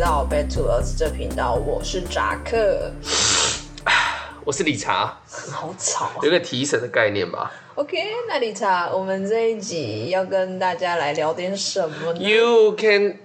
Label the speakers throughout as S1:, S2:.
S1: 宝贝兔儿子这频道，我是扎克，
S2: 我是理查，
S1: 好吵啊
S2: 有。个提神的概念吧。
S1: OK，那理查，我们这一集要跟大家来聊点什么呢
S2: You can，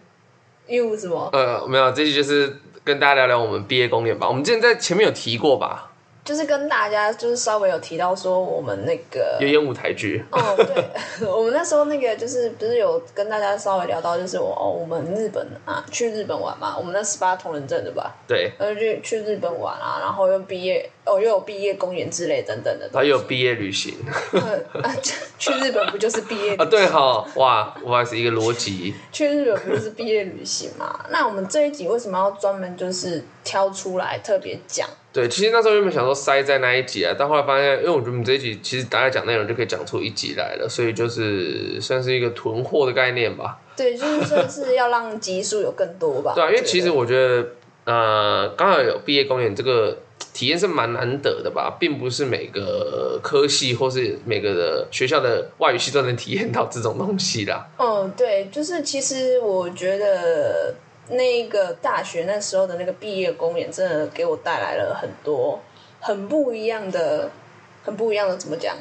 S1: 又什么？
S2: 呃，没有，这期就是跟大家聊聊我们毕业公演吧。我们之前在前面有提过吧，
S1: 就是跟大家就是稍微有提到说我们那个
S2: 有演舞台剧，
S1: 哦，对， 我们那时候那个就是不是有跟大家稍微聊到，就是我哦，我们日本啊，去日本玩嘛，我们那十八同人证的吧，
S2: 对，
S1: 然后就去日本玩啊，然后又毕业，哦，又有毕业公演之类等 等的
S2: 然后
S1: 东
S2: 也
S1: 西。
S2: 有毕业旅行
S1: 呃啊，去去日本不就是毕业旅
S2: 啊，
S1: 行？
S2: 对哈，哇，哇，是一个逻辑。
S1: 去日本不就是毕业旅行嘛？ 那我们这一集为什么要专门就是挑出来特别讲？
S2: 对，其实那时候原本想说塞在那一集啊，但后来发现，因为我觉得我们这一集其实大家讲内容就可以讲出一集来了，所以就是算是一个囤货的概念吧。
S1: 对，就是说是要让集数有更多吧。
S2: 对啊，因
S1: 我
S2: 为
S1: 觉得
S2: 其实我觉得，呃，刚好有毕业公演这个体验是蛮难得的吧，并不是每个科系或是每个的学校的外语系都能体验到这种东西啦。
S1: 嗯，对，就是其实我觉得那个大学那时候的那个毕业公演，真的给我带来了很多很不一样的、很不一样的怎么讲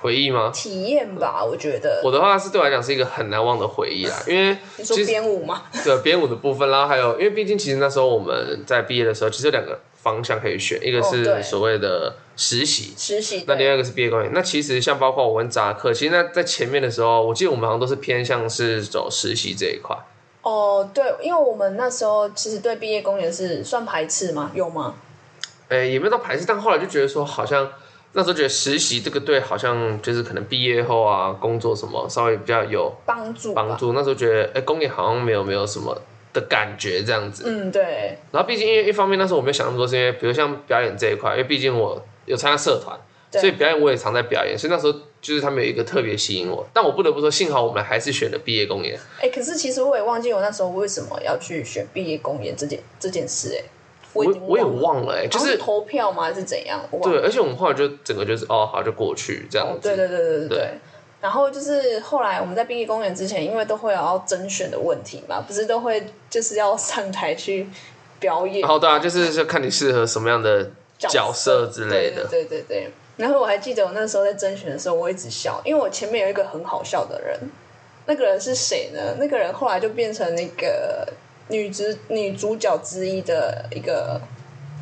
S2: 回忆吗？
S1: 体验吧？我觉得
S2: 嗯我的话是对我来讲是一个很难忘的回忆啦，因为
S1: 你说
S2: 其实
S1: 编舞嘛，
S2: 对编舞的部分，然后还有，因为毕竟其实那时候我们在毕业的时候，其实有两个方向可以选，一个
S1: 哦对
S2: 是所谓的实习，
S1: 实习
S2: 那另
S1: 对
S2: 外一个是毕业公演。那其实像包括我跟扎克，其实那在前面的时候，我记得我们好像都是偏向是走实习这一块。
S1: 哦，对，因为我们那时候其实对毕业公演是算排斥吗？有吗？
S2: 哎、也没有到排斥，但后来就觉得说，好像那时候觉得实习这个对，好像就是可能毕业后啊，工作什么稍微比较有
S1: 帮助吧
S2: 帮助。那时候觉得，哎、公演好像没有没有什么的感觉这样子。
S1: 嗯，对，
S2: 然后毕竟因为一方面那时候我没有想那么多，是因为比如像表演这一块，因为毕竟我有参加社团，
S1: 对
S2: 所以表演我也常在表演，所以那时候就是他们有一个特别吸引我。但我不得不说，幸好我们还是选了毕业公演。
S1: 哎，可是其实我也忘记我那时候为什么要去选毕业公演这件这件事，哎，
S2: 我
S1: 已经
S2: 我也
S1: 忘了
S2: 忘了哎、就
S1: 好像
S2: 是
S1: 投票吗？还是怎样？我忘了哦
S2: 对，而且我们后来就整个就是哦好就过去这样子。
S1: 对对对对对对。
S2: 对
S1: 然后就是后来我们在毕业公演之前，因为都会有要甄选的问题嘛，不是都会就是要上台去表演
S2: 然后对啊，就是就看你适合什么样的角色之类的。
S1: 对对对对对。然后我还记得我那时候在甄选的时候，我一直笑，因为我前面有一个很好笑的人，那个人是谁呢？那个人后来就变成那个女主女主角之一的一个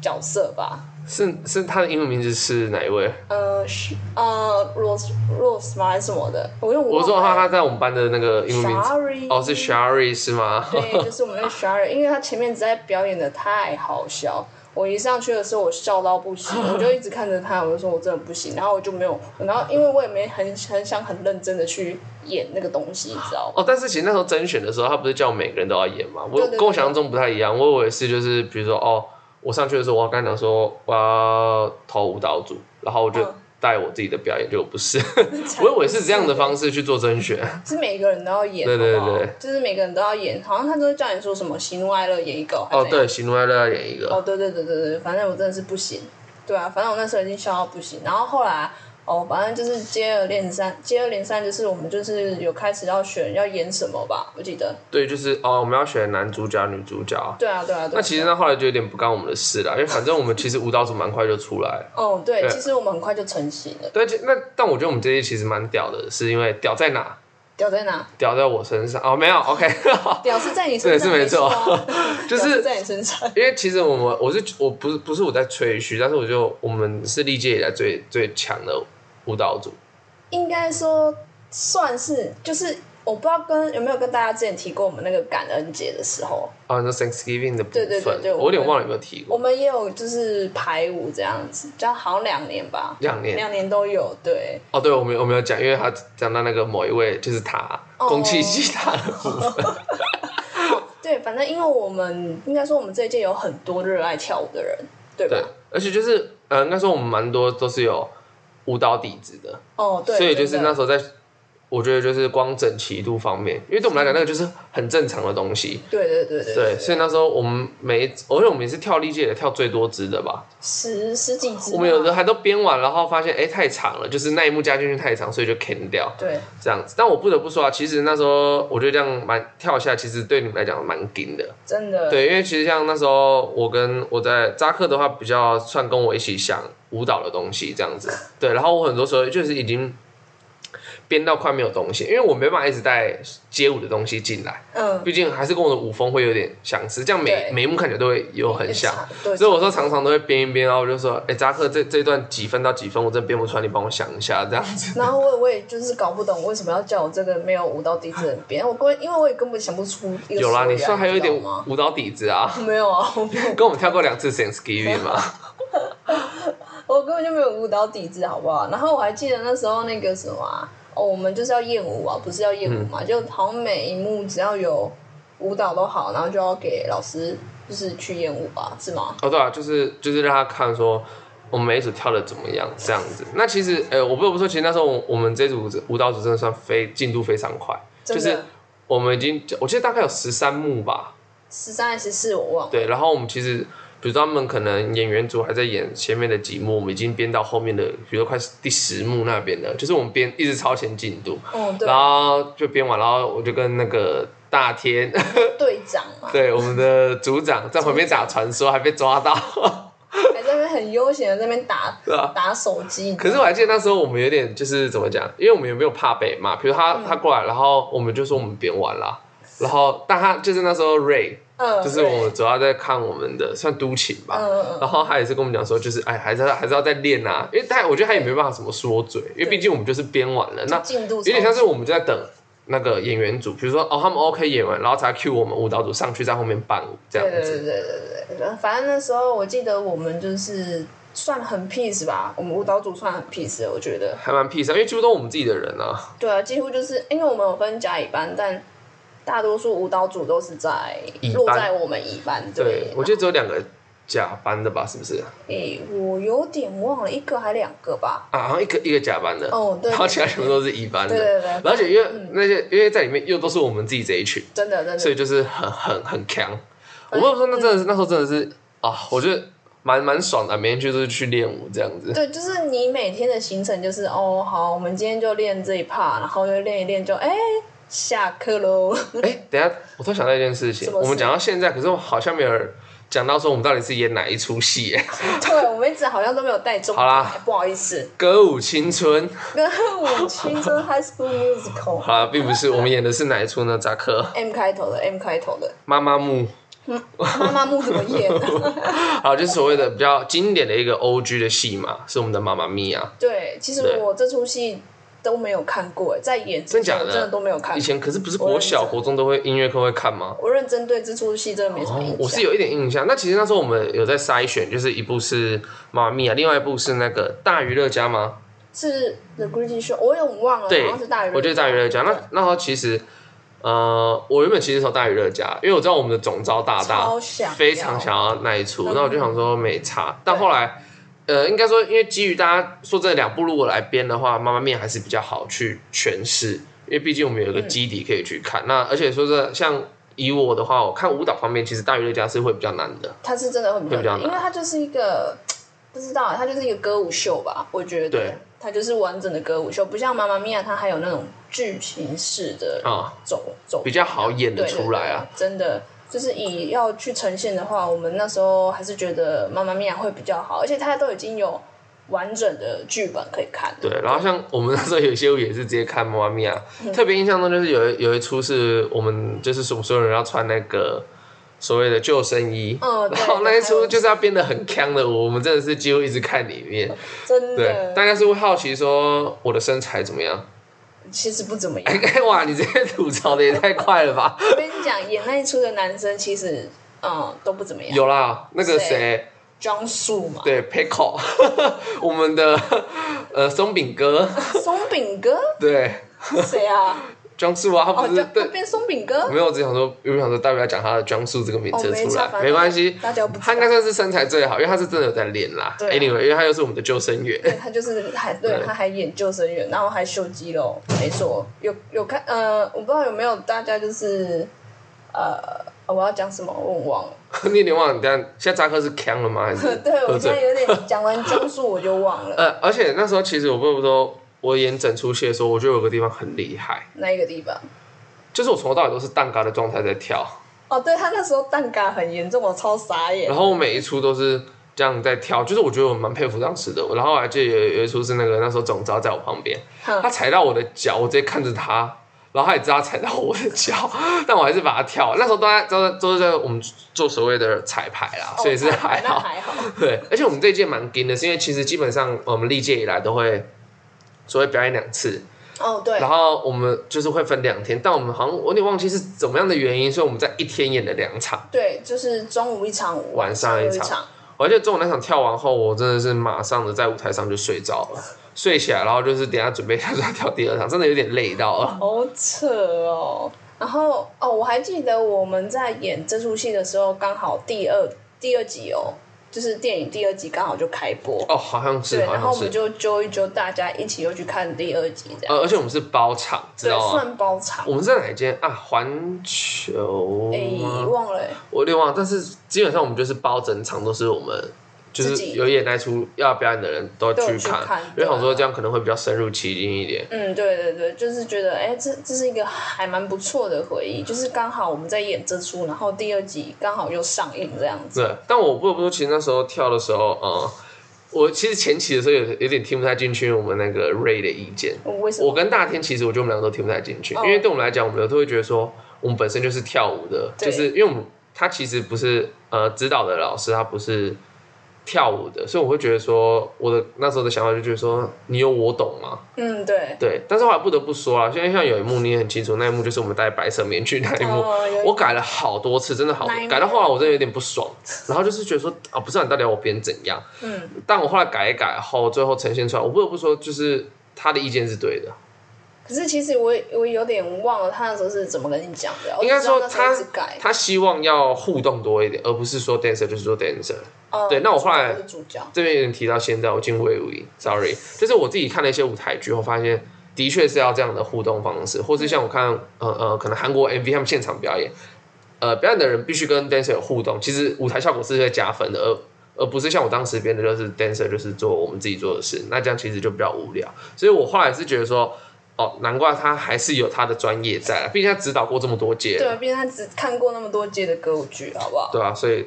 S1: 角色吧。
S2: 是是，他的英文名字是哪一位？
S1: 呃，是呃，Rose Rose 吗？还是什么的？我用
S2: 我说他他在我们班的那个英文名字，
S1: Sorry
S2: 哦是 Shari 是吗？
S1: 对，就是我们的 s h a r 因为他前面实在表演的太好笑，我一上去的时候我笑到不行，我就一直看着他，我就说我真的不行，然后我就没有，然后因为我也没很很想很认真的去演那个东西，你知道吗？
S2: 哦，但是其实那时候甄选的时候，他不是叫每个人都要演嘛？我
S1: 对对对
S2: 跟我想象中不太一样，我以为是就是比如说哦，我上去的时候，我要跟他讲说我要投舞蹈组，然后我就
S1: 嗯
S2: 带我自己的表演，结果 不是， 我以为是这样的方式去做甄选。
S1: 是每个人都要演，
S2: 对对
S1: 好不好
S2: 对
S1: 就是每个人都要演，好像他都会叫你说什么喜怒哀乐演一个，还
S2: 哦
S1: 是，怎样
S2: 对，喜怒哀乐要演一个，
S1: 哦，对对对对对，反正我真的是不行，对啊，反正我那时候已经笑到不行，然后后来哦，反正就是接二连三，接二连三就是我们就是有开始要选要演什么吧，我记得，
S2: 对，就是哦，我们要选男主角、女主角，
S1: 对啊对啊对啊。
S2: 那其实
S1: 对啊
S2: 那后来就有点不干我们的事啦，因为反正我们其实舞蹈组蛮快就出来了。
S1: 哦对，
S2: 对
S1: 其实我们很快就成型了，
S2: 对，就那但我觉得我们这一期其实蛮屌的，是因为屌在哪？
S1: 屌在哪？
S2: 屌在我身上哦，没有，OK，
S1: 屌是在你身上，
S2: 对是没错
S1: 啊
S2: 就
S1: 屌
S2: 是
S1: 在你身上。
S2: 因为其实我们我是我不是不是我在吹嘘，但是我就我们是历届以来最最强的舞蹈组，
S1: 应该说算是，就是我不知道跟有没有跟大家之前提过我们那个感恩节的时候，
S2: 哦，那 Thanksgiving 的部
S1: 对
S2: 分，
S1: 对对对
S2: 我有点
S1: 我们
S2: 忘了有没有提过，
S1: 我们也有就是排舞这样子，就好像两年吧，
S2: 两年
S1: 两年都有，对。
S2: 哦，对，我们我没有讲，因为他讲到那个某一位就是他
S1: 哦
S2: 空气吉他的部分，
S1: 对，反正因为我们应该说我们这一届有很多热爱跳舞的人，对吧？
S2: 对，而且就是呃，应该说我们蛮多都是有舞蹈底子的，
S1: 哦，对，
S2: 所以就是
S1: 真
S2: 那
S1: 的
S2: 时候在我觉得就是光整齐度方面，因为对我们来讲那个就是很正常的东西。
S1: 对对对对
S2: 对，所以那时候我们每一，而且我们也是跳历届的跳最多支的吧。
S1: 十十几只吧，
S2: 我们有的还都编完，然后发现哎、诶太长了，就是那一幕加进去太长，所以就 can 掉
S1: 对
S2: 这样子。但我不得不说啊，其实那时候我觉得这样蛮跳下，其实对你们来讲蛮紧的。
S1: 真的
S2: 对，因为其实像那时候我跟我在扎克的话，比较算跟我一起想舞蹈的东西这样 子。对，然后我很多时候就是已经编到快没有东西，因为我没办法一直带街舞的东西进来，
S1: 嗯，
S2: 毕竟还是跟我的舞风会有点相似，这样每
S1: 对
S2: 每一幕看起来都会有很像。
S1: 对，
S2: 所以我说常常都会编一编，然后我就说，哎、扎克这这段几分到几分，我真的编不出来，你帮我想一下这样子。
S1: 然后我我也就是搞不懂为什么要叫我这个没有舞蹈底子的人编，我根因为我也根本想不出一个
S2: 有啦，
S1: 所以
S2: 你
S1: 然
S2: 算还有一点
S1: 你知道吗？
S2: 舞蹈底子啊，
S1: 没有啊，我没有，
S2: 跟我们跳过两次 Thanksgiving 嘛。
S1: 我根本就没有舞蹈底子，好不好？然后我还记得那时候那个什么、啊，哦，我们就是要艳舞啊，不是要艳舞
S2: 嗯
S1: 嘛，就好像每一幕只要有舞蹈都好，然后就要给老师就是去艳舞吧，是吗？
S2: 哦，对啊，就是就是让他看说我们每一组跳的怎么样这样子。那其实，呃，我不得不说，其实那时候我我们这组舞蹈组真的算非进度非常快，
S1: 真
S2: 就
S1: 的
S2: 是我们已经我记得大概有十三幕吧，
S1: 十三还是四我忘了，
S2: 对。然后我们其实，比如说他们可能演员组还在演前面的几幕，我们已经编到后面的，比如说快第十幕那边了，就是我们编一直超前进度，
S1: 嗯，对
S2: 然，后就编完，然后我就跟那个大天，
S1: 队长嘛，
S2: 对我们的组长在旁边打传说，还被抓到。
S1: 还在那边很悠闲的在那边打
S2: 对啊
S1: 打手机，
S2: 可是我还记得那时候我们有点就是怎么讲，因为我们有没有怕被骂？比如他、
S1: 嗯
S2: 他过来，然后我们就说我们别玩啦。然后但他就是那时候 Ray，
S1: 嗯，
S2: 就是我主要在看我们的算督琴吧。
S1: 嗯嗯
S2: 然后他也是跟我们讲说，就是哎，还是还是要再练啊，因为他我觉得他也没办法什么说嘴，因为毕竟我们就是编完了，那
S1: 对进度
S2: 有点像是我们就在等那个演员组，比如说哦他们 OK 演完，然后才 cue 我们舞蹈组上去在后面伴舞这样
S1: 对
S2: 子。
S1: 对对对对对，反正那时候我记得我们就是算很 peace 吧，我们舞蹈组算很 peace，的我觉得。
S2: 还蛮 peace，的因为几乎都我们自己的人啊，
S1: 对啊，几乎就是因为我们有分甲乙班，但大多数舞蹈组都是在
S2: 乙班
S1: 落在我们乙班。
S2: 对
S1: 对，
S2: 我记得只有两个假班的吧，是不是？
S1: 诶、我有点忘了，一个还两个吧。
S2: 啊，好像一个一个甲班的，
S1: 哦对
S2: 然后其他全部都是乙班的，
S1: 对对嗯对
S2: 而且因为那些、因为在里面又都是我们自己这一群，
S1: 真的，真
S2: 所
S1: 的，
S2: 以就是很很很强。
S1: 哎
S2: 我不是说那真的是、那时候真的是啊，我觉得蛮蛮爽的，每天就是去练舞这样子。
S1: 对，就是你每天的行程就是哦，好，我们今天就练这一 part，然后就练一练就，哎下课喽。
S2: 哎、等一下，我突然想到一件事情，
S1: 什么事
S2: 我们讲到现在，可是我好像没有人讲到说我们到底是演哪一出戏、哎
S1: 对，我们一直好像都没有带重点，
S2: 好啦
S1: 不好意思。
S2: 歌舞青春，
S1: 跟我青春 High School Musical
S2: 好啦，并不是，我们演的是哪一出呢？扎克
S1: M 开头的 M 开头的
S2: 妈妈木，
S1: 妈妈木怎么演？
S2: 好，就是所谓的比较经典的一个 O G 的戏嘛，是我们的妈妈咪啊呀。
S1: 对，其实
S2: 对
S1: 我这出戏都没有看过，在演之
S2: 真假
S1: 前
S2: 的
S1: 我真的都没有看
S2: 以
S1: 过。
S2: 前可是不是
S1: 我
S2: 国
S1: 认
S2: 小、
S1: 真
S2: 国中都会音乐课会看吗？
S1: 我认真对这出戏真的没什么印象。
S2: 哦我是有一点印象。那其实那时候我们有在筛选，就是一部是《妈妈咪呀》，另外一部是那个《大娱乐家》吗？
S1: 是 The Greatest Show，我有点忘了，
S2: 对
S1: 好像是大鱼。
S2: 我觉得《大娱乐家》那那时候其实，呃，我原本其实投《大娱乐家》，因为我知道我们的总招大大
S1: 超想要
S2: 非常想要那一出，
S1: 嗯
S2: 那我就想说没差。但后来，呃，应该说，因为基于大家说这两部如果来编的话，妈妈面还是比较好去诠释，因为毕竟我们有一
S1: 嗯
S2: 个基底可以去看。那而且说这像以我的话，我看舞蹈方面，其实《大娱乐家》是会比较难的。
S1: 它是真的很
S2: 会比较难
S1: 因为它就是一个不知道，它就是一个歌舞秀吧，我觉得。
S2: 对
S1: 它就是完整的歌舞秀，不像《妈妈咪呀》，它还有那种剧情式的
S2: 啊
S1: 走走
S2: 比较好演得
S1: 对
S2: 出来啊。
S1: 对对真的，就是以要去呈现的话，我们那时候还是觉得《妈妈咪呀》会比较好，而且它都已经有完整的剧本可以看。
S2: 对，然后像我们那时候有些舞也是直接看《妈妈咪呀》，
S1: 嗯
S2: 特别印象中就是有一有一出是我们就是所所有人要穿那个所谓的救生衣，
S1: 嗯对
S2: 然后那一
S1: 还
S2: 出
S1: 有
S2: 就是要编得很强的舞，我们真的是几乎一直看里面。
S1: 真
S2: 对，
S1: 的，
S2: 大家是会好奇说我的身材怎么样？
S1: 其实不怎么样。
S2: 哇，你这些吐槽的也太快了吧！
S1: 我跟你讲，演那一出的男生其实嗯都不怎么样，
S2: 有啦，那个谁，
S1: 装束嘛，
S2: 对 Pickle，我 们的呃松饼哥，
S1: 松饼哥
S2: 对，
S1: 谁啊？
S2: 江苏啊，他
S1: 哦，
S2: 不
S1: 就是
S2: 对
S1: 就变松饼哥
S2: 没有，我只想说，因为我想说，大不要讲他的江苏这个名
S1: 哦
S2: 字
S1: 没
S2: 出
S1: 差
S2: 来，
S1: 反正
S2: 没关系。
S1: 大家不知道
S2: 他应该算是身材最好，因为他是真的有在练 啦。
S1: 对啊
S2: Anyway，因为他又是我们的救生员，
S1: 对他就是还对
S2: 对
S1: 他还演救生员，然后还修肌肉，没错，有有看呃，我不知道有没有大家就是呃，我要讲什么，我忘了。
S2: 你有点忘了，你等下现在扎克是强了吗？还是
S1: 对我
S2: 喝
S1: 现在
S2: 醉？
S1: 有点讲完江苏我就忘了
S2: 呃，而且那时候其实我不得不说，我演整出戏的时候，我觉得有个地方很厉害，
S1: 那一个地方。
S2: 就是我从头到尾都是蛋嘎的状态在 跳，
S1: 哦，对他那时候蛋嘎很严重，我超傻眼
S2: 然。后我每一出都是这样在跳，就是我觉得我蛮佩服当时的。然后我还记得有有一出是那个那时候总招在我旁边，
S1: 哼
S2: 他踩到我的脚，我直接看着他，然后他也知道他踩到我的脚， 但我还是把他跳。那时候大家都在都是在我们做所谓的彩排啦，所以是
S1: 哦
S2: 还
S1: 那
S2: 好。
S1: 还好。
S2: 对，而且我们这一届蛮紧的，是因为其实基本上我们历届以来都会所谓表演两次，
S1: 哦，对
S2: 然，后我们就是会分两天，但我们好像我有点忘记是怎么样的原因，所以我们在一天演了两场。
S1: 对，就是中午一场，
S2: 晚上
S1: 有
S2: 一
S1: 一
S2: 场我记得中午那场跳完后，我真的是马上的在舞台上就睡着了，睡起来，然后就是等一下准备一下就要跳第二场，真的有点累到了。
S1: 好扯哦。然后哦，我还记得我们在演这出戏的时候，刚好第二第二集哦，就是电影第二集刚好就开播，
S2: 哦，好像
S1: 对，
S2: 是，好
S1: 然后
S2: 像
S1: 我们
S2: 是。
S1: 就揪一揪，大家一起又去看第二集这样，
S2: 呃，而且我们是包场，知
S1: 对，
S2: 道吗？啊
S1: 算包场，
S2: 我们是在哪间啊？环球
S1: 哎，
S2: 吗？
S1: 忘了欸，
S2: 我有点忘了，但是基本上我们就是包整场都是我们。就
S1: 自
S2: 是
S1: 己
S2: 有演那出要表演的人都
S1: 都有
S2: 去
S1: 去
S2: 看
S1: 看，
S2: 因
S1: 对
S2: 为
S1: 啊
S2: 想说这样可能会比较深入其境一点。
S1: 嗯，对对对，就是觉得哎，这这是一个还蛮不错的回忆，就是刚好我们在演这出，然后第二集刚好又上映这样子，
S2: 对，但我不得不说，其实那时候跳的时候，呃，我其实前期的时候有有点听不太进去我们那个 Ray 的意见。
S1: 我为什
S2: 我
S1: 么？
S2: 跟大天其实我觉得我们两个都听不太进去，
S1: 哦
S2: 因为对我们来讲，我们都会觉得说，我们本身就是跳舞的，
S1: 对
S2: 就是因为我们他其实不是呃指导的老师，他不是跳舞的，所以我会觉得说，我的那时候的想法就觉得说，你有我懂吗？
S1: 嗯，对，
S2: 对，但是后来不得不说啊，现在像有一幕你也很清楚，那一幕就是我们戴白色面具那一幕，
S1: 哦有一
S2: 我改了好多次，真的好多
S1: 那一幕
S2: 改到后来我真的有点不爽，然后就是觉得说啊，不知道你到底要我变怎样，
S1: 嗯，
S2: 但我后来改一改后，最后呈现出来，我不得不说，就是他的意见是对的，
S1: 可是其实我也我有点忘了他那时候是怎么跟你讲的，我
S2: 应该
S1: 只知道
S2: 说
S1: 那时候
S2: 他
S1: 一直改，
S2: 他希望要互动多一点，而不是说 dancer 就是说 dancer。
S1: 嗯
S2: 对那我后来
S1: 主角是主角，
S2: 这边有点提到现在，我进魏武营，sorry，就是我自己看了一些舞台剧，我发现的确是要这样的互动方式，或是像我看呃呃，可能韩国 MV 他们现场表演，呃，表演的人必须跟 dancer 有互动，其实舞台效果是在加分的，而而不是像我当时编的就是 dancer 就是做我们自己做的事，那这样其实就比较无聊，所以我后来是觉得说。哦，难怪他还是有他的专业在啦，啊毕竟他指导过这么多届
S1: 对，
S2: 了，
S1: 毕竟他只看过那么多届的歌舞剧，好不 好？
S2: 对啊，所以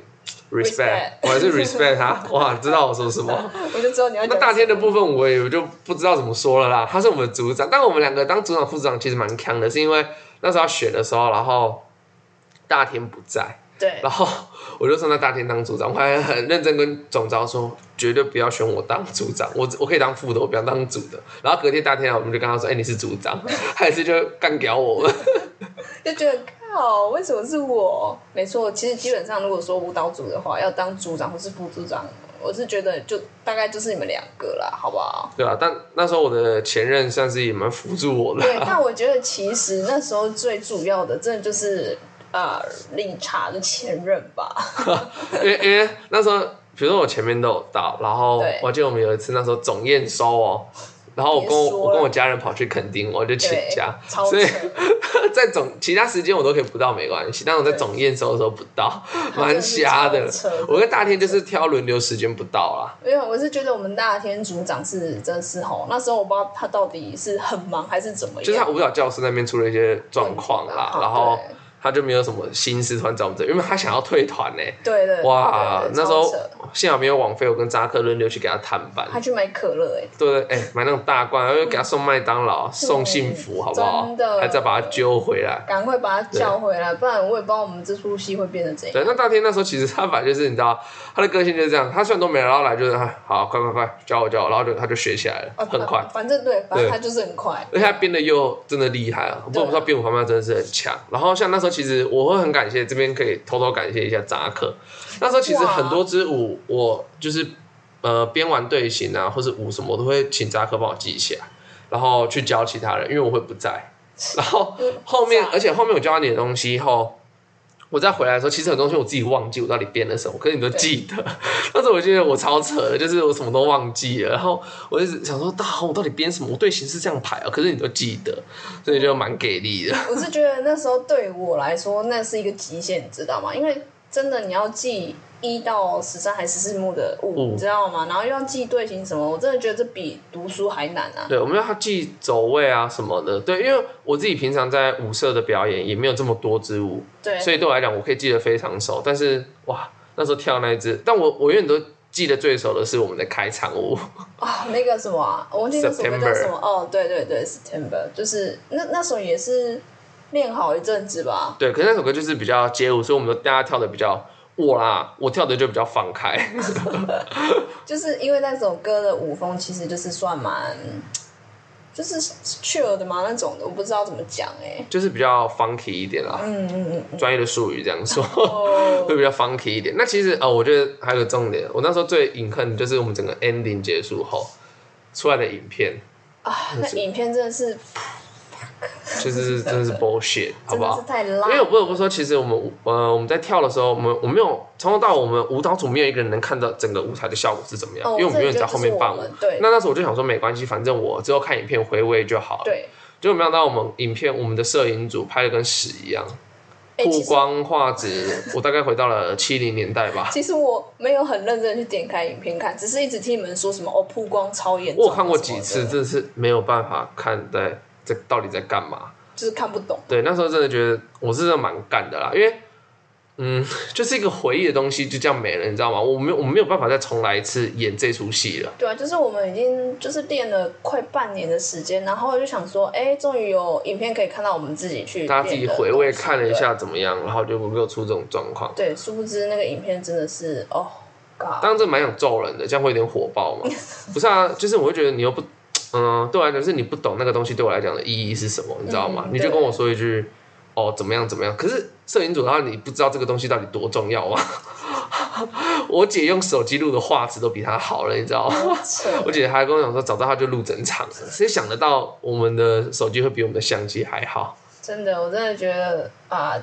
S1: Respect
S2: respect，我还是 respect 他，哇，知道我说什么。
S1: 我就知道你要
S2: 那
S1: 讲
S2: 大天的部分我也我就不知道怎么说了啦。他是我们的组长，但我们两个当组长、副组长其实蛮强的，是因为那时候要选的时候，然后大天不在，
S1: 对，
S2: 然后我就说那大天当组长，我还很认真跟总招说，绝对不要选我当组长，我我可以当副的，我不要当组的。然后隔天大天来，我们就跟他说，哎、你是组长，还是就干掉我们。
S1: 就觉得靠，为什么是我？没错，其实基本上如果说舞蹈组的话，要当组长或是副组长，我是觉得就大概就是你们两个啦，好不 好？
S2: 对啊，但那时候我的前任算是也蛮辅助我的
S1: 对，，但我觉得其实那时候最主要的，真的就是呃，理查的前任吧。
S2: 因为因为那时候，比如说我前面都有到，然后
S1: 对
S2: 我记得我们有一次那时候总验收哦，然后我跟我
S1: 别说了
S2: 我跟我家人跑去垦丁，我就请
S1: 对
S2: 假，，
S1: 超
S2: 所以
S1: 扯
S2: 在总其他时间我都可以不到没关系，但我在总验收的时候不到， 蛮瞎
S1: 真
S2: 的
S1: 的是超扯。
S2: 我跟大天就是挑轮流时间不到啦，
S1: 没有，我是觉得我们大天组长是真的是吼，那时候我不知道他到底是很忙还是怎么样，
S2: 就是他舞蹈教室那边出了一些状况啦，
S1: 嗯
S2: 然后
S1: 对
S2: 他就没有什么心思突然找我们这，因为他想要退团呢、
S1: 对对，对
S2: 哇，
S1: 对对
S2: 那时候
S1: 超扯
S2: 幸好没有网费，我跟扎克轮流去给他探班。
S1: 他去买可乐哎，
S2: 对对，哎、买那种大罐，然后给他送麦当劳、送幸福，好不好？
S1: 真的
S2: 还再把他揪回来。
S1: 赶快把他叫回来，不然我也不知道我们这出戏会变成怎样。
S2: 对，那大天那时候其实他反正就是你知道，他的个性就是这样，他虽然都没来，然后来就是啊好，快快快，教我教我，然后就他就学起来了，
S1: 哦
S2: 很快。
S1: 反反正对，反正
S2: 对
S1: 他就是很 快。
S2: 而且他编的又真的厉害啊！不
S1: 对
S2: 过我不知道编舞方面真的是很强。然后像那时候，其实我会很感谢这边可以偷偷感谢一下扎克。那时候其实
S1: 哇
S2: 很多支舞，我就是呃编完队形啊，或是舞什么，我都会请扎克帮我记起来，然后去教其他人，因为我会不在。然后后面，而且后面我教完你的东西后，我再回来的时候，其实很多东西我自己忘记我到底编了什么，可是你都记 得。但是我觉得我超扯的，就是我什么都忘记了。然后我一直想说，大红我到底编什么？我队形是这样排啊，可是你都记得，所以就蛮给 力的。
S1: 我是觉得那时候对于我来说，那是一个极限，你知道吗？因为真的你要记一到十三还十四幕的
S2: 嗯
S1: 物，你知道吗？然后又要记队形什么，我真的觉得这比读书还难啊。
S2: 对，我们要记走位啊什么的。对，因为我自己平常在舞社的表演也没有这么多支舞，
S1: 对，
S2: 所以对我来讲，我可以记得非常熟。但是哇，那时候跳那一支，但我我永远都记得最熟的是我们的开场舞。
S1: 啊，那个什么、啊，我忘记那首歌叫什
S2: September
S1: 么。哦，对对对，September，就是那那首也是练好一阵子吧。
S2: 对，可是那首歌就是比较街舞，所以我们都大家跳的比较我啦，我跳的就比较放开。
S1: 就是因为那首歌的舞风其实就是算蛮，就是雀儿的嘛那种的，我不知道怎么讲哎、
S2: 就是比较 funky 一点啦，
S1: 嗯嗯嗯嗯，
S2: 专业的术语这样说，
S1: 哦，
S2: 会比较 funky 一点。那其实啊、呃我觉得还有个重点，我那时候最隐恨的就是我们整个 ending 结束后出来的影片，
S1: 啊，那影片真的是
S2: 就是真的是 bullshit，好
S1: 真
S2: 不
S1: 的
S2: 好
S1: 是？太
S2: 因为
S1: 烂
S2: 我，不得不说，其实我们舞呃我们在跳的时候，我们我没有从头到尾我们舞蹈组没有一个人能看到整个舞台的效果是怎么样，
S1: 哦
S2: 因为我们
S1: 这
S2: 永
S1: 个
S2: 远在后面伴舞
S1: 就是我们。对
S2: 那那时候我就想说没关系，反正我之后看影片回味就好了。
S1: 对，
S2: 结果没想到我们影片我们的摄影组拍的跟屎一样，
S1: 哎、
S2: 曝
S1: 其实
S2: 光画质，我大概回到了七零年代吧。
S1: 其实我没有很认真地去点开影片看，只是一直听你们说什么哦，曝光超严重，
S2: 我有看过几次，
S1: 什么的
S2: 真的是没有办法看在在到底在干嘛。
S1: 就是看不懂。
S2: 对，那时候真的觉得我是真的蛮干的啦，因为嗯， 就是一个回忆的东西就这样没了，你知道吗？我没有我没有办法再重来一次演这出戏了。
S1: 对啊，就是我们已经就是练了快半年的时间，然后就想说，哎，终于有影片可以看到我们自己去
S2: 大家自己
S1: 练的
S2: 回味
S1: 东西
S2: 看了一。下怎么样，然后就没有出这种状况。
S1: 对，对殊不知那个影片真的是哦，God，
S2: 当然这蛮想揍人的，这样会有点火爆 嘛？不是啊，就是我会觉得你又不，嗯、对我来讲是你不懂那个东西对我来讲的意义是什么，你知道吗？
S1: 嗯
S2: 你就跟我说一句，哦，怎么样怎么样？可是摄影组的话，你不知道这个东西到底多重要啊！ 我姐用手机录的画质都比她好了，你知道吗？
S1: 好扯
S2: 我姐还跟我讲说，早知道她就录整场了，谁想得到我们的手机会比我们的相机还好？
S1: 真的，我真的觉得啊，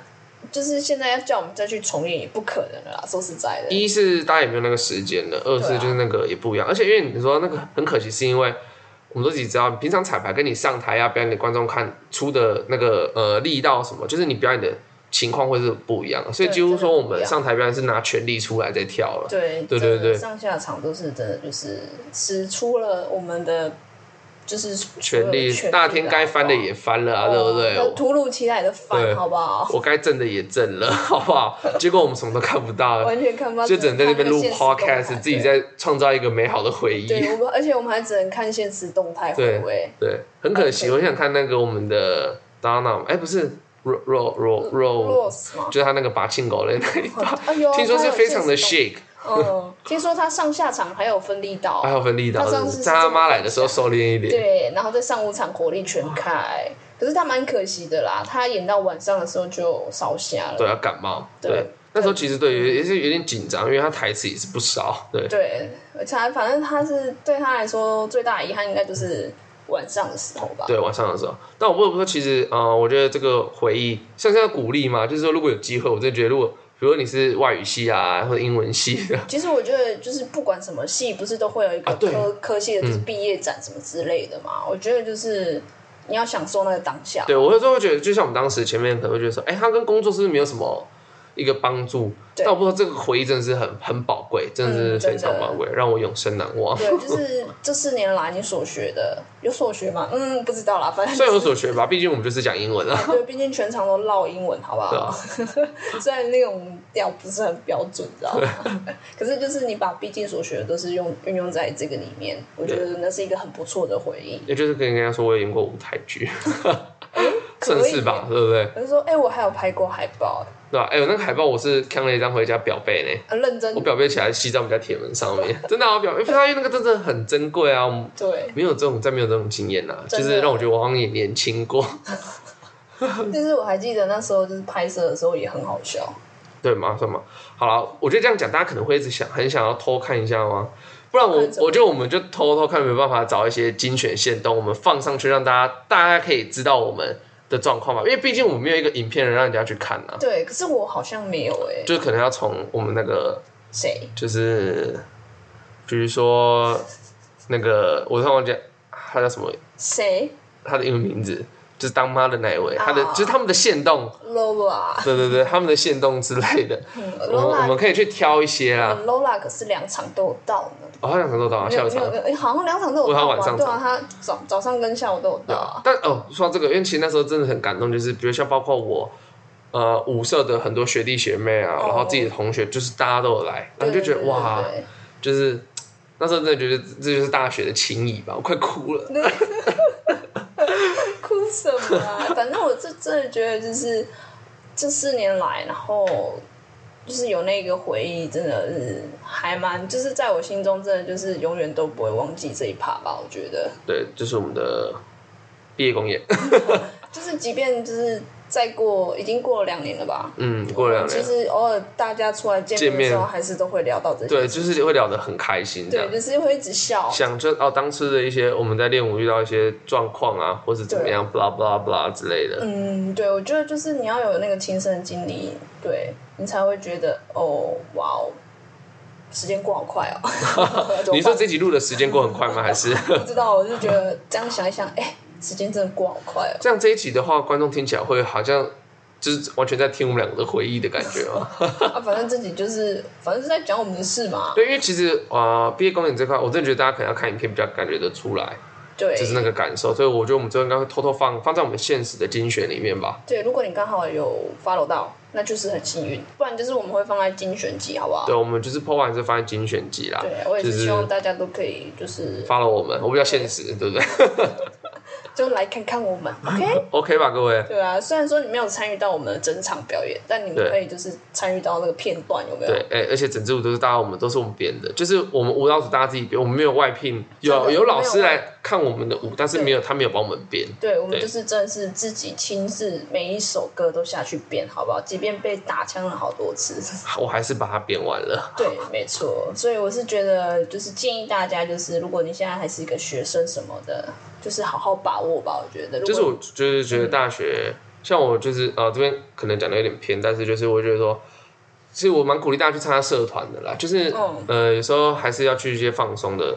S1: 就是现在要叫我们再去重演也不可能了啦，说实在的，
S2: 一是大家也没有那个时间了，二
S1: 对
S2: 是
S1: 啊
S2: 就是那个也不一样，而且因为你说那个很可惜，是因为我们都自己知道，平常彩排跟你上台要表演给观众看出的那个呃力道什么，就是你表演的情况会是不一样的，所以
S1: 对
S2: 几乎
S1: 真的
S2: 说我
S1: 不一
S2: 们
S1: 样
S2: 上台表演是拿全力出来在跳了。
S1: 对
S2: 对对
S1: 真的
S2: 对
S1: 上下场都是真的，就是使出了我们的就是
S2: 全力
S1: 所有的，
S2: 大天该翻的也翻了啊，对不
S1: 哦
S2: 对？
S1: 突如其来的
S2: 对
S1: 翻，好不好？
S2: 我该震的也震了，好不好？结果我们什么都看不到，
S1: 完全看不到，
S2: 就只能在那边录
S1: 看那个现实动态
S2: podcast，自己。在创造一个美好的回忆。
S1: 对，对我们而且我们还只能看现实动态回味。
S2: 对，很可惜，
S1: OK
S2: 我想看那个我们的 Donna，哎，不是 Ro Ro Ro Ro，
S1: Rose 嘛，
S2: 哦就是他那个拔庆 狗的那一把，
S1: 哎呦，
S2: 听说是非常的
S1: 现实
S2: shake，
S1: 动态。嗯，听说他上下场还有分力
S2: 还
S1: 道，
S2: 有分力道
S1: 他
S2: 的
S1: 上，次是
S2: 在他妈来的时候收敛一点。
S1: 对，然后在上午场火力全开。可是他蛮可惜的啦，他演到晚上的时候就烧瞎了。
S2: 对，要感冒。
S1: 对
S2: 对，那时候其实对于也是有点紧张，因为他台词也是不少。对，
S1: 对，而且他反正他是对他来说最大的遗憾应该就是晚上的时候吧。
S2: 对，晚上的时候，但我不得不说，其实呃，我觉得这个回忆像是要鼓励嘛，就是说如果有机会，我真的觉得如果。比如说你是外语系啊，或者英文系的，
S1: 其实我觉得，就是不管什么系，不是都会有一个
S2: 啊对嗯
S1: 科、科系的，就是毕业展什么之类的嘛。我觉得就是你要享受那个当下。
S2: 对，我有时候会觉得，就像我们当时前面可能会觉得说，哎、他跟工作是不是没有什么一个帮助？
S1: 对
S2: 但我不知道这个回忆真的是很很宝贵，真的
S1: 嗯
S2: 是非常
S1: 真的
S2: 宝贵，让我永生难忘。
S1: 对，就是这四年来你所学的，有所学吗？嗯，不知道啦，反正
S2: 虽然有所学吧，毕竟我们就是讲英文啊。
S1: 对，毕竟全场都唠英文，好不
S2: 对啊
S1: 好？虽然那种调不是很标准，知道吗？ 可是就是你把毕竟所学的都是用运用在这个里面，我觉得那是一个很不错的回忆。
S2: 也就是跟人家说我有演过舞台剧，
S1: 哎可以
S2: 算是吧，对不对？
S1: 我就说，哎、我还有拍过海报、
S2: 对吧、哎、呦，那个海报我是看了一张回家表背呢，
S1: 很认真
S2: 我表背起来吸在我们家铁门上面，真的、啊，我表背，因为那个真的很珍贵啊，我们
S1: 对。
S2: 没有这种再没有这种经验啦、就
S1: 真的
S2: 是让我觉得我好像也年轻过，嗯
S1: 就是我还记得那时候就是拍摄的时候也很好笑，
S2: 对吗？算吗？好了，我觉得这样讲，大家可能会一直想，很想要偷看一下吗？不然我
S1: 看什么
S2: 我觉得我们就偷偷看，没办法找一些精选线动，我们放上去让大家大家可以知道我们的状况吧，因为毕竟我没有一个影片能让人家去看啊，
S1: 对，可是我好像没有哎、
S2: 就是可能要从我们那个
S1: 谁？
S2: 就是，比如说那个我突然忘记他叫什么，
S1: 谁
S2: 他的英文名字就是当妈的那一位，他的、
S1: 哦
S2: 就是他们的线动，
S1: ？Lola，
S2: 对对对，他们的线动之类的，
S1: 嗯
S2: 我们啊我
S1: ，Lola，
S2: 们可以去挑一些啊。
S1: 嗯 Lola 可是两场都有到呢。
S2: 哦，好想看都到啊，
S1: 没
S2: 下
S1: 有
S2: 午
S1: 没
S2: 场
S1: 有，。诶好像两场都有
S2: 我好
S1: 到
S2: 像晚
S1: 吧？
S2: 上
S1: 对啊，他早早上跟下午都有到啊。
S2: 但哦，说到这个，因为其实那时候真的很感动，就是比如像包括我，呃，舞社的很多学弟学妹啊，
S1: 哦
S2: 然后自己的同学，就是大家都有来，啊然后就觉得
S1: 对
S2: 哇，，
S1: 对
S2: 就是那时候真的觉得这就是大学的情谊吧，我快哭了。
S1: 对对哭什么啊？反正我是真的觉得，就是这四年来，然后就是有那个回忆，真的是还蛮，就是在我心中，真的就是永远都不会忘记这一趴吧。我觉得，
S2: 对，就是我们的毕业公 演，
S1: 就是即便就是再过，已经过了两年了吧。
S2: 嗯，过了两
S1: 其
S2: 年，
S1: 实偶尔大家出来见面的时
S2: 见
S1: 候，
S2: 面
S1: 还是都会聊到这些。
S2: 对，就是会聊得很开心，这样
S1: 对，就是会一直笑。
S2: 想就哦，当时的一些我们在练舞遇到一些状况啊，或是怎么样，blah blah blah 之类的，
S1: 嗯，对，我觉得就是你要有那个亲身的经历，对你才会觉得哦，哇哦，时间过好快哦。怎么办
S2: 你说这集录的时间过很快吗？还是？
S1: 不知道，我就觉得这样想一想，哎、时间真的过好快哦。
S2: 这样这一集的话，观众听起来会好像就是完全在听我们两个的回忆的感觉哦 嘛。
S1: 啊，反正自己就是，反正是在讲我们的事嘛。
S2: 对，因为其实呃，毕业公演这块，我真的觉得大家可能要看影片比较感觉得出来，
S1: 对，
S2: 就是那个感受。所以我觉得我们之后应该会偷偷放放在我们现实的精选里面吧。
S1: 对，如果你刚好有 follow 到，那就是很幸运，不然就是我们会放在精选集，好不好？
S2: 对，我们就是破完是放在精选集啦。
S1: 哦对，我也
S2: 就是是
S1: 希望大家都可以，就是
S2: 发了我们，我比较现实，对不 对
S1: 就来看看我们，OK。
S2: ？OK 吧，各位。
S1: 对啊，虽然说你没有参与到我们的整场表演，但你们
S2: 对
S1: 可以就是参与到那个片段，有没有？
S2: 对，哎、而且整支舞都是大家我们都是我们编的，就是我们舞蹈组大家自己编，我们没有外聘，有
S1: 真的
S2: 有老师
S1: 没有外
S2: 来看我们的舞，但是
S1: 对
S2: 没有他没有帮我们编。
S1: 对，我们
S2: 对
S1: 就是真的是自己亲自每一首歌都下去编，好不好？即便被打枪了好多次，
S2: 我还是把它编完了。
S1: 对，没错。所以我是觉得，就是建议大家，就是如果你现在还是一个学生什么的，就是好好把握吧。我觉得，如果嗯
S2: 就是我就是觉得大学，像我就是呃这边可能讲的有点偏，但是就是我觉得说，其实我蛮鼓励大家去参加社团的啦，就是、
S1: 嗯
S2: 呃有时候还是要去一些放松的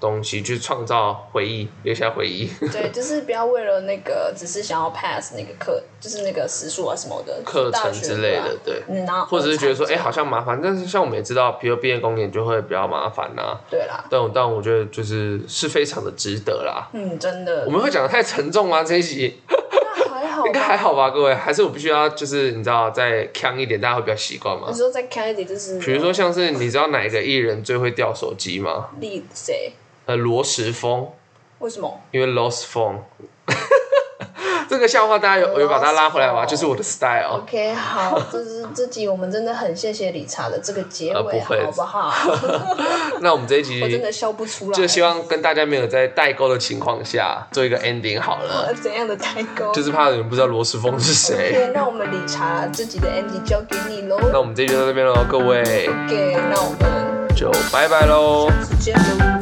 S2: 东西，去创造回忆，留下回忆。
S1: 对，就是不要为了那个，只是想要 pass 那个课，就是那个时数啊什么的
S2: 课程之类，
S1: 就
S2: 的
S1: 大学，
S2: 对。
S1: 嗯，然后
S2: 或者是觉得说，哎、
S1: 参加
S2: 好像麻烦，但是像我们也知道，比如毕业公演就会比较麻烦呐、啊
S1: 对啦，
S2: 但我但我觉得就是是非常的值得啦。
S1: 嗯，真的
S2: 我，们会讲的太沉重吗？这一集
S1: 那还好吧，
S2: 应该还好吧，各位？还是我必须要就是你知道再呛一点，大家会比较习惯吗
S1: 你？说在 Kennedy 就是，
S2: 比如说像是你知道哪一个艺人最会掉手机吗？
S1: 例谁？
S2: 呃，罗时丰，
S1: 为什么？
S2: 因为 Lost Phone。这个笑话大家有有把它拉回来吧，
S1: Lost phone
S2: 就是我的 style。
S1: OK，好， 这是这集我们真的很谢谢理查的这个结
S2: 呃
S1: 尾，
S2: 不会
S1: 好不 好？
S2: 那我们这一
S1: 我真
S2: 集
S1: 的笑不出来，
S2: 就希望跟大家没有在代沟的情况下做一个 ending 好了，
S1: 呃 怎样的代沟？
S2: 就是怕有人不知道罗时丰是谁。
S1: OK，那我们理查这集的 Andy 交给你喽。
S2: 那我们这一集就到这边喽，各位
S1: OK，那我们
S2: 就拜拜喽。
S1: 直接喽。